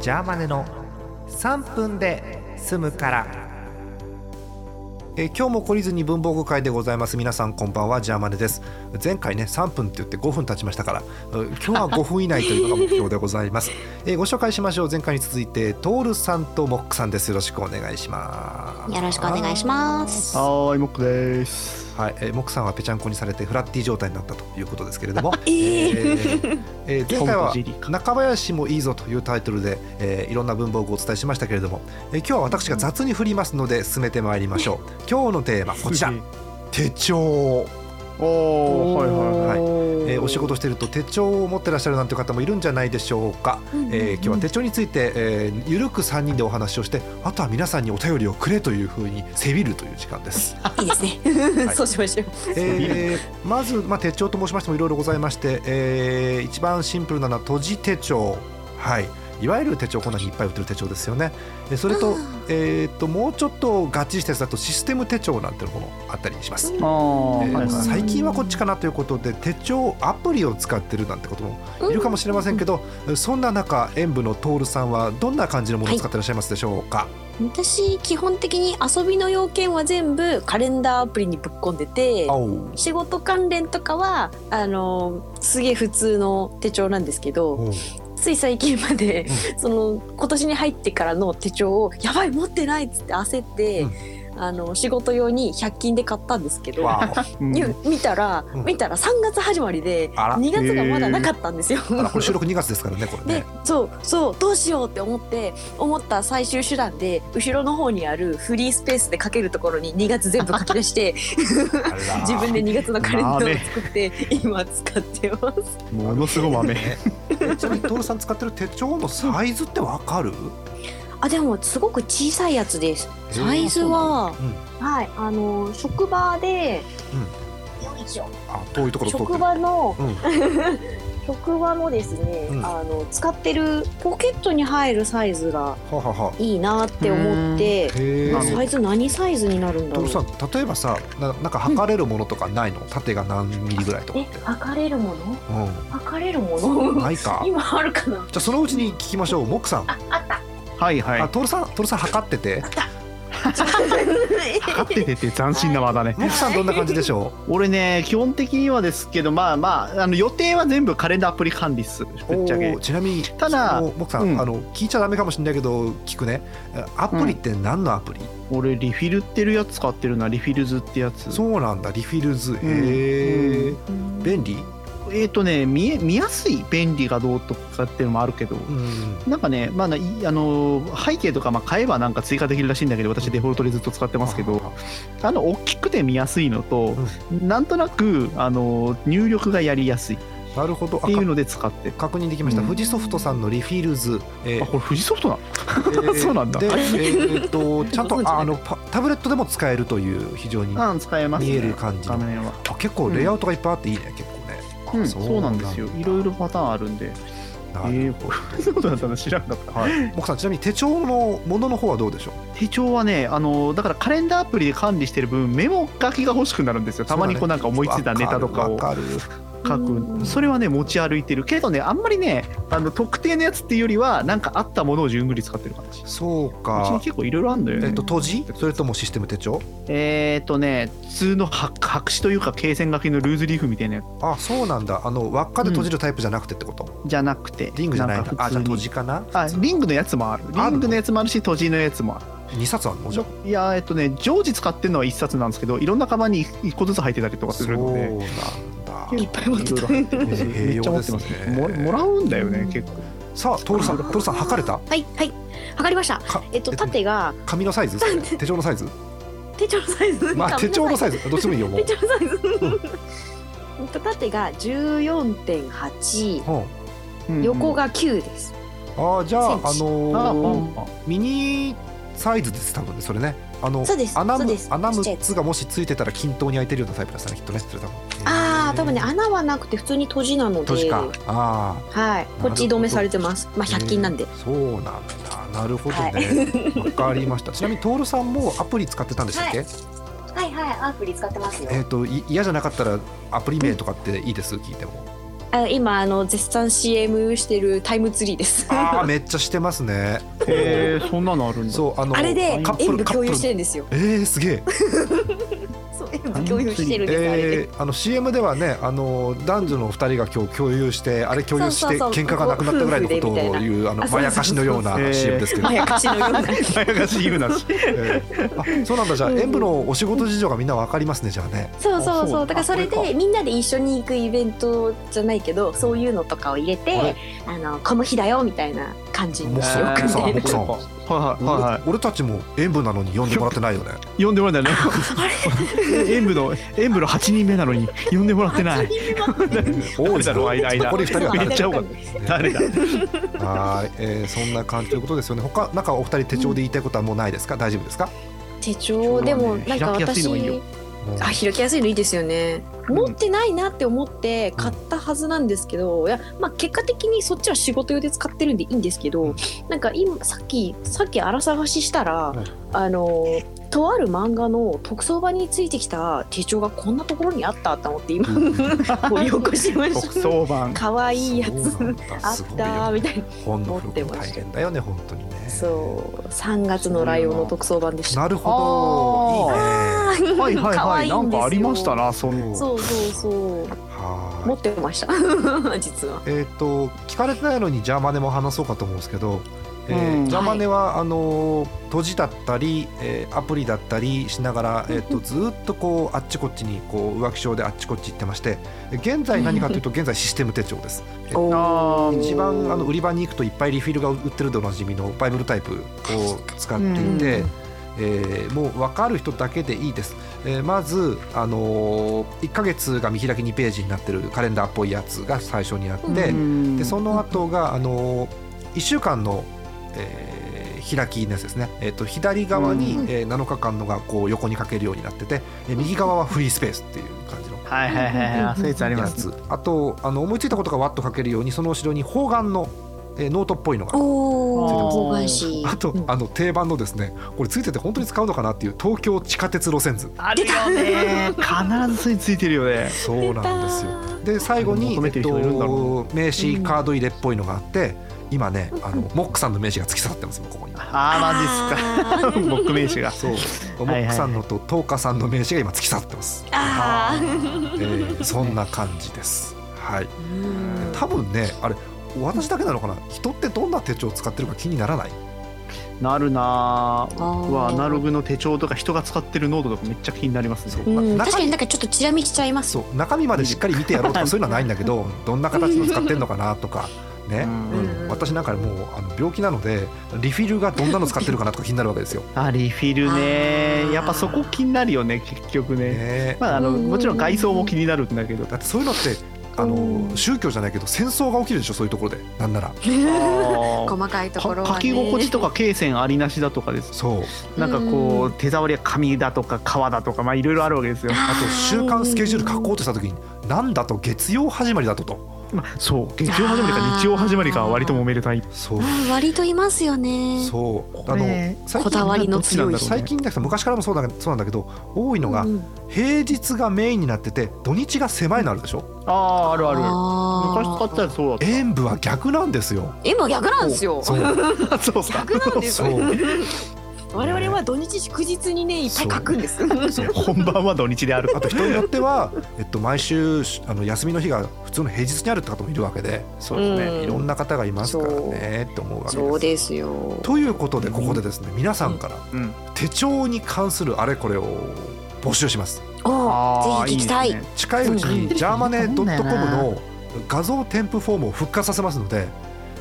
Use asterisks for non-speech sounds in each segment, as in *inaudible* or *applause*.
ジャーマネの3分で済むからえー今日も懲りずに文房具会でございます皆さんこんばんはジャーマネです前回ね3分って言って5分経ちましたからう今日 *laughs* は5分以内というのが目標でございます、えーご紹介しましょう前回に続いてトールさんとモックさんですよろしくお願いしますよろしくお願いしますはーい、モックです。はい、えー、モックさんはぺちゃんこにされてフラッティ状態になったということですけれども、えーーえ *laughs* ー前回トムとジェリーは「中林もいいぞ」というタイトルで、えーいろんな文房具をお伝えしましたけれども、えー今日は私が雑に振りますので進めてまいりましょう今日のテーマこちら手帳、おお、はいはいはい。えーお仕事してると手帳を持ってらっしゃるなんて方もいるんじゃないでしょうか、えー今日は手帳について、えーゆるく3人でお話をしてあとは皆さんにお便りをくれというふうにせびるという時間ですいいですね、はいそうしましょうえーまず、まあ、手帳と申しましてもいろいろございまして、えー一番シンプルなのは閉じ手帳、はい、いわゆる手帳こんなにいっぱい売ってる手帳ですよねえそれと,、えー、ともうちょっとガッチリしたやつだとシステム手帳なんてのものあったりします、ああ、はえいーはい。最近はこっちかなということで手帳アプリを使ってるなんてこともいるかもしれませんけど、そんな中演舞の徹さんはどんな感じのものを使ってらっしゃいますでしょうか、私基本的に遊びの要件は全部カレンダーアプリにぶっ込んでてあお仕事関連とかはあのすげえ普通の手帳なんですけど、おうつい最近まで、その今年に入ってからの手帳をやばい持ってないっつって焦って、あの仕事用に100均で買ったんですけど。わおうんいや見たら、うん見たら3月始まりであら2月がまだなかったんですよ。あらこれ収録2月ですからねこれでね。そうそうどうしようって思って思った最終手段で後ろの方にあるフリースペースで書けるところに2月全部書き出して *laughs* 自分で2月のカレンダーを作って今使ってます。ものすごい豆。ねえちなみに徹さん使ってる手帳のサイズってわか *laughs* る？あでもすごく小さいやつです。サイズは、はいあの職場で、よいしょあ遠いところ通って職る。場のうん、 *laughs* 職場のですね、うんあの使ってるポケットに入るサイズがはははいいなって思ってへなるほどサイズ何サイズになるんだろ徹さうん例えばさななんか測れるものとかないの？縦が何ミリぐらいとかえって。測れるもうの測れるもん。 *laughs* のないか。じゃ今あるかなあそのうちに聞きましょう。モクさん。はいはい。あ徹さん徹さん測ってて。勝っててて斬新な技ね。モクさんどんな感じでしょ俺ね、基本的にはですけど、まあまあ、あの予定は全部カレンダーアプリ管理っ *laughs* す。ぶう？っちゃけおー。ちなみにただそのモクさん、うんあの聞いちゃダメかもしれないけど聞くね。アプリって何のアプリ？俺リフィルってるやつ買ってるな、リフィルズってやつ。そうなんだリフィルズ。へえ、 *laughs* 便利？えっ、とね、見え見やすい便利がどうとかっていうのもあるけど。うん。なんかね、まあ、ないあの背景とかまあ買えばなんか追加できるらしいんだけど私デフォルトでずっと使ってますけどあの大きくて見やすいのと、なんとなくあの入力がやりやすいっなるほど。あていうので使ってる確認できました、うん富士ソフトさんのリフィールズ、えあこれ富士ソフトなのーそうなんだで、えーっ *laughs* とちゃんとご存知ないああのパタブレットでも使えるという非常にあ使えます、ね、見える感じの画面は、あ結構レイアウトがいっぱいあっていいね、結構ねあうん、そうなんですよいろいろパターンあるんでなえるー *laughs* ほど、そういうことだったの知らんかったはい、僕さんちなみに手帳のものの方はどうでしょう手帳はねあのだからカレンダーアプリで管理してる分メモ書きが欲しくなるんですよたまにこうなんか思いついたネタとかをわかる書くそれはね持ち歩いてるけどねあんまりねあの特定のやつっていうよりはなんかあったものを順繰り使ってる感じうそうちにか結構いろいろあんだよえねっと閉じそれともシステム手帳えっ、とね普通の白白紙というか罫線書きのルーズリーフみたいなやあそうなんだあの輪っかで閉じるタイプじゃなくてってこと、つじゃなくてリングじゃないんだんかあじゃあ閉普通にじかなあリングのやつもあるリあるのングのやつもあるし閉じのやつもある2冊あるのじゃあいやーえっ、とね常時使ってるのは1冊なんですけどいろんなカバンに1個ずつ入ってたりとかすそうるのなでんいだっぱい持ってたいろいろ入ってるえめっちゃ持ってます栄養ですねももらうんだよね結構さあ徹さん徹さん測れたはいはい測りましたかえっと縦が紙のサイズ手帳のサイズ手帳のサイズまあ手帳のサイイズどっちでもいいよも *laughs* 手帳のサイズえっと縦が14.8う、横が9ですうん、ああじゃああセンチああのー、まあミニサイズです多分ねそれねあのそうです穴そうむです穴ちっちゃい6やつつがもしついてたら均等に開いてるようなタイプだったねきっとねそれ多分ああ多分ねあ穴はなくて普通に閉じなの確でかあはいほどこっち止めされてますまあ100均なんであそうなんだなるほどねわ、かりましたちなみに徹さんもアプリ使ってたんでしたっけ、はいはいアプリ使ってますよえっ、とい嫌じゃなかったらアプリ名とかっていいです聞いてもあ今あの絶賛 CM してるタイムツリーです。あああめっちゃしてますねへえそんなのあるんだそうあのれでカップ演ル武カッ共プ有ルしてるんですよ。えー、すげえそう演武共有してるんです、あれで。えー、あの CM ではねあの男女の二人が今日共有してあれ共有しそうてそうそう喧嘩がなくなったぐらいのことを夫婦でみたい言うあのあそうそうそうまやかしのようなえー CM ですけど、まやかしのような。 *laughs* あやかし言う *laughs* なしえーあそうなんだじゃあうんうん演舞のお仕事事情がみんなわかりますねじゃあねそうそうそう。だからそれあこれでかみんなで一緒に行くイベントじゃないけど、そういうのとかを入れあてれ、あのこの日だよみたいな感じにもうしそよううか奥さんみ *laughs* たい奥さんはいはいは俺俺たちも演舞なのに呼んでもらってないよねい呼んでもらってない *laughs* 演舞の演舞の8人目なのに呼んでもらってな。なあい多誰だろう *laughs* 間間残り二 *laughs* 人はめ誰っだちゃ多かっ誰だはい、えー、そんな感じということですよね他なんかお二人手帳で言いたいことはもうないですか大丈夫ですか手帳でもなんか開きやす私いのがいいよもうあ開きやすいのいいですよね持ってないなって思って買ったはずなんですけど、いやまあ結果的にそっちは仕事用で使ってるんでいいんですけど、うんなんか今さっきさっき荒探ししたら、うんあのとある漫画の特捜版についてきた手帳がこんなところにあったと思って今うん掘り起こしま特した。捜版かわいいやそうなんつだあっすごいよたみたいな本の持っ古て本ま大した変だよね本当にねそう3月のライオンの特捜版でした。なるほどいいねはいは *laughs* い可は愛いいんですなよんかありましたなそのそうそうそうは持いってました *laughs* 実は。えっ、と聞かれてないのにジャーマネも話そうかと思うんですけど、えーうんジャーマネは、あのー閉じだったり、えーアプリだったりしながら、えー、とずーっとこうあっちこっちにこう浮気症であっちこっち行ってましてえ現在何かというと現在システム手帳ですあー一番あの売り場に行くといっぱいリフィルが売ってるでおなじみのバイブルタイプを使っていて、うんえーもう分かる人だけでいいです、えーまず、あの1ヶ月が見開き2ページになってるカレンダーっぽいやつが最初にあって、うんでその後が、あの1週間の、えー開きのやつですね、えー、と左側に、うんえー7日間のがこう横にかけるようになってて、えー右側はフリースペースっていう感じのはいはいはいはいあそういうやつありやますつあとあの思いついたことがわっと書けるようにその後ろに方眼の、えーノートっぽいのがおあお、ー防寒紙。あと、うんあの定番のですねこれついてて本当に使うのかなっていう東京地下鉄路線図あるよね必ずそれについてるよねそうなんですよ。出で最後に、求えめってると、人いるんだろ名刺カード入れっぽいのがあって今ねあのモックさんの名刺が突き刺さってますもんここに。あーマジっすか僕名刺がそうモはいックさんのとトーカさんの名刺が今突き刺さって *laughs* ます。た。あえーそんな感じです。はい。ーうん多分ねあれ私だけなのかな人ってどんな手帳を使ってるか気にならないなるあなーぁ僕はアナログの手帳とか人が使ってるノートとかめっちゃ気になりますねううん中身確かになんかちょっとチラ見しちゃいます。そう中身までしっかり見てやろうとかそういうのはないんだけどどんな形の使ってんのかなとかね、ううんん私なんかもうあの病気なのでリフィルがどんなの使ってるかなとか気になるわけですよ。あリフィルあーねやっぱそこ気になるよね結局ねねまああのもちろん外装も気になるんだけどだってそういうのってあうのん宗教じゃないけど戦争が起きるでしょそういうところでなんなら *laughs* あ細かいところーは、ね。か書き心地とか罫線ありなしだとかですそうなんかうこんう手触りは紙だとか革だとかまあいろいろあるわけですよあと週間スケジュール書こうとした時になんだと月曜始まりだととまあそう月曜始まりか日曜始まりかは割と揉めるタイプそううん割といますよね。そうこれ最こだわりの強い近最近だけど昔からもそうだそうなんだけど多いのがうん平日がメインになってて土日が狭いのあるでしょあああるあるあ昔使ってたーらそうだった演舞は逆なんですよ今逆なんですよ。そう *laughs* そうっすか逆なんですそよ。う *laughs* 我々は土日祝日にねいっぱい書くんです。本番は土日であるあと人によっては、えっと、毎週あの休みの日が普通の平日にあるって方もいるわけでそうですねうんいろんな方がいますからねって思うわけそうです。ですよ。ということでここでですね皆さんからうん手帳に関するあれこれを募集します。おあーぜひ聞きたい。ーですね近いうちうにんジャーマネドットコムいいとの画像添付フォームを復活させますので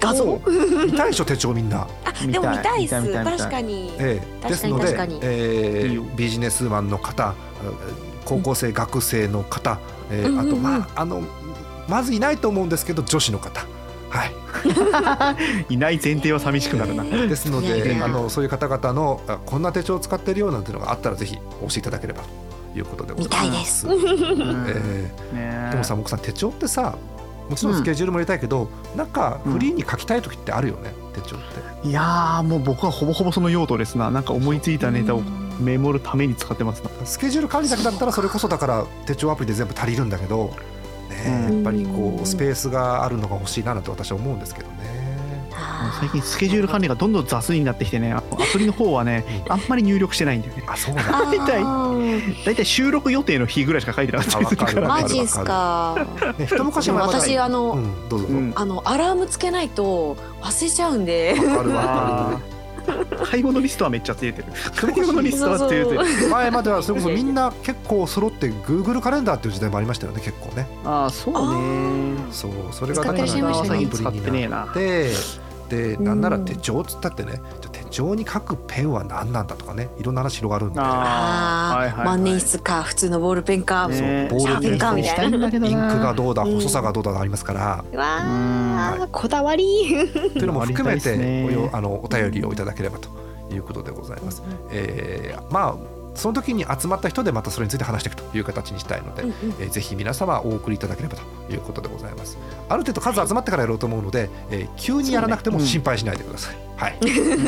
画像。見たいでしょ手帳みんな。でも見たいっす。見た見た見た確かに。ええ、ですので確かに確、ええいいよビジネスマンの方えー高校生、学生の方、えーうんうんうんあとまああのまずいないと思うんですけど女子の方。はい、いない前提は寂しくなるな。ですのいやで、いやあのそういう方々のあこんな手帳を使ってるようなんていうのがあったらぜひお教えいただければということでございます。見えー、ねでもさ、もくさん手帳ってさ、もちろんスケジュールも入れたいけど、なんかフリーに書きたい時ってあるよね、手帳って。いやーもう僕はほぼほぼその用途ですな。なんか思いついたネタをメモるために使ってますな。スケジュール管理だけだったらそれこそだから手帳アプリで全部足りるんだけどね、やっぱりこうスペースがあるのが欲しいななんて私は思うんですけどね。最近スケジュール管理がどんどん雑になってきてねあのアプリの方はねあんまり入力してないんだよねあそうなんだ。大体あ大体収録予定の日ぐらいしか書いてなかったりするからーねあマジっすか。ね、一昔でも前まだ私あうの、ん、どうぞうどうぞ。んあのアラームつけないと忘れちゃうんで。わかるわ *laughs* あー買い物リストはめっちゃついてる買い物リストはついてそうるかる。前まではそれこそみんな結構揃って Google カレンダーっていう時代もありましたよね結構ね。ああそうねそうそれがだから使ってらっしゃいましたねアプリになってでうんなんなら手帳っつったってねじゃあ手帳に書くペンは何なんだとかねいろんな話広がるんで。あーはいはいはい万年筆か普通のボールペンか。ねそうボールペンシャーペンかみたいなインクインクががどうだうん細さがどうだがありますから、うわうあ、んこだわり。というのも含めあて、りがたいですねご用あのお便りをいただければということでございます。えーまあその時に集まった人でまたそれについて話していくという形にしたいので、えーぜひ皆様お送りいただければということでございます。ある程度数集まってからやろうと思うので、えー急にやらなくても心配しないでください。はい、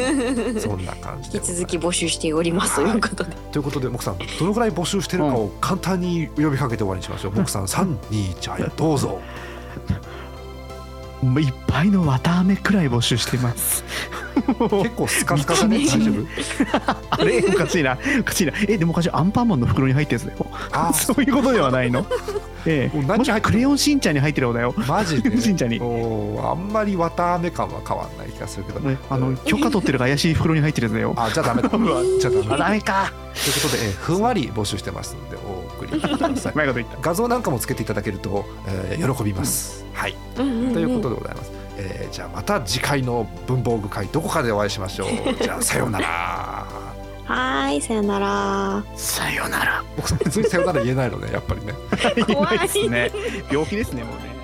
*laughs* そんな感じでござい引きます続き募集しておりますということで。ということで、もくさん、どのぐらい募集してるかを簡単に呼びかけて終わりにしましょう。もくさん、三二一はいどうぞ。もういっぱいの綿あめくらい募集してます *laughs* 結構スカスカだね。見た大目丈夫。あれおかしいなおかしいなえでも昔アンパンマンの袋に入ってるんですよあーそういうことではないのえ *laughs* えもう何もし入ってるクレヨンしんちゃんに入ってる方だよマジで。 *laughs* 神社におーあんまり綿あめ感は変わんない気がするけど。ねあの許可取ってるが怪しい袋に入ってるやつだよあじゃあダメだ。 *laughs* うわじゃあダメだ。あダメかということで、えーふんわり募集してますのでお送りくだ *laughs* さい。うまいこと言った画像なんかもつけていただけると、えー喜びます。はい。とといいうことでございます。えーじゃあまた次回の文房具会どこかでお会いしましょう。じゃあさようなら。はーい、さよなら。さよなら僕さ別にさよなら言えないのねやっぱりね。怖いですね病気ですねもうね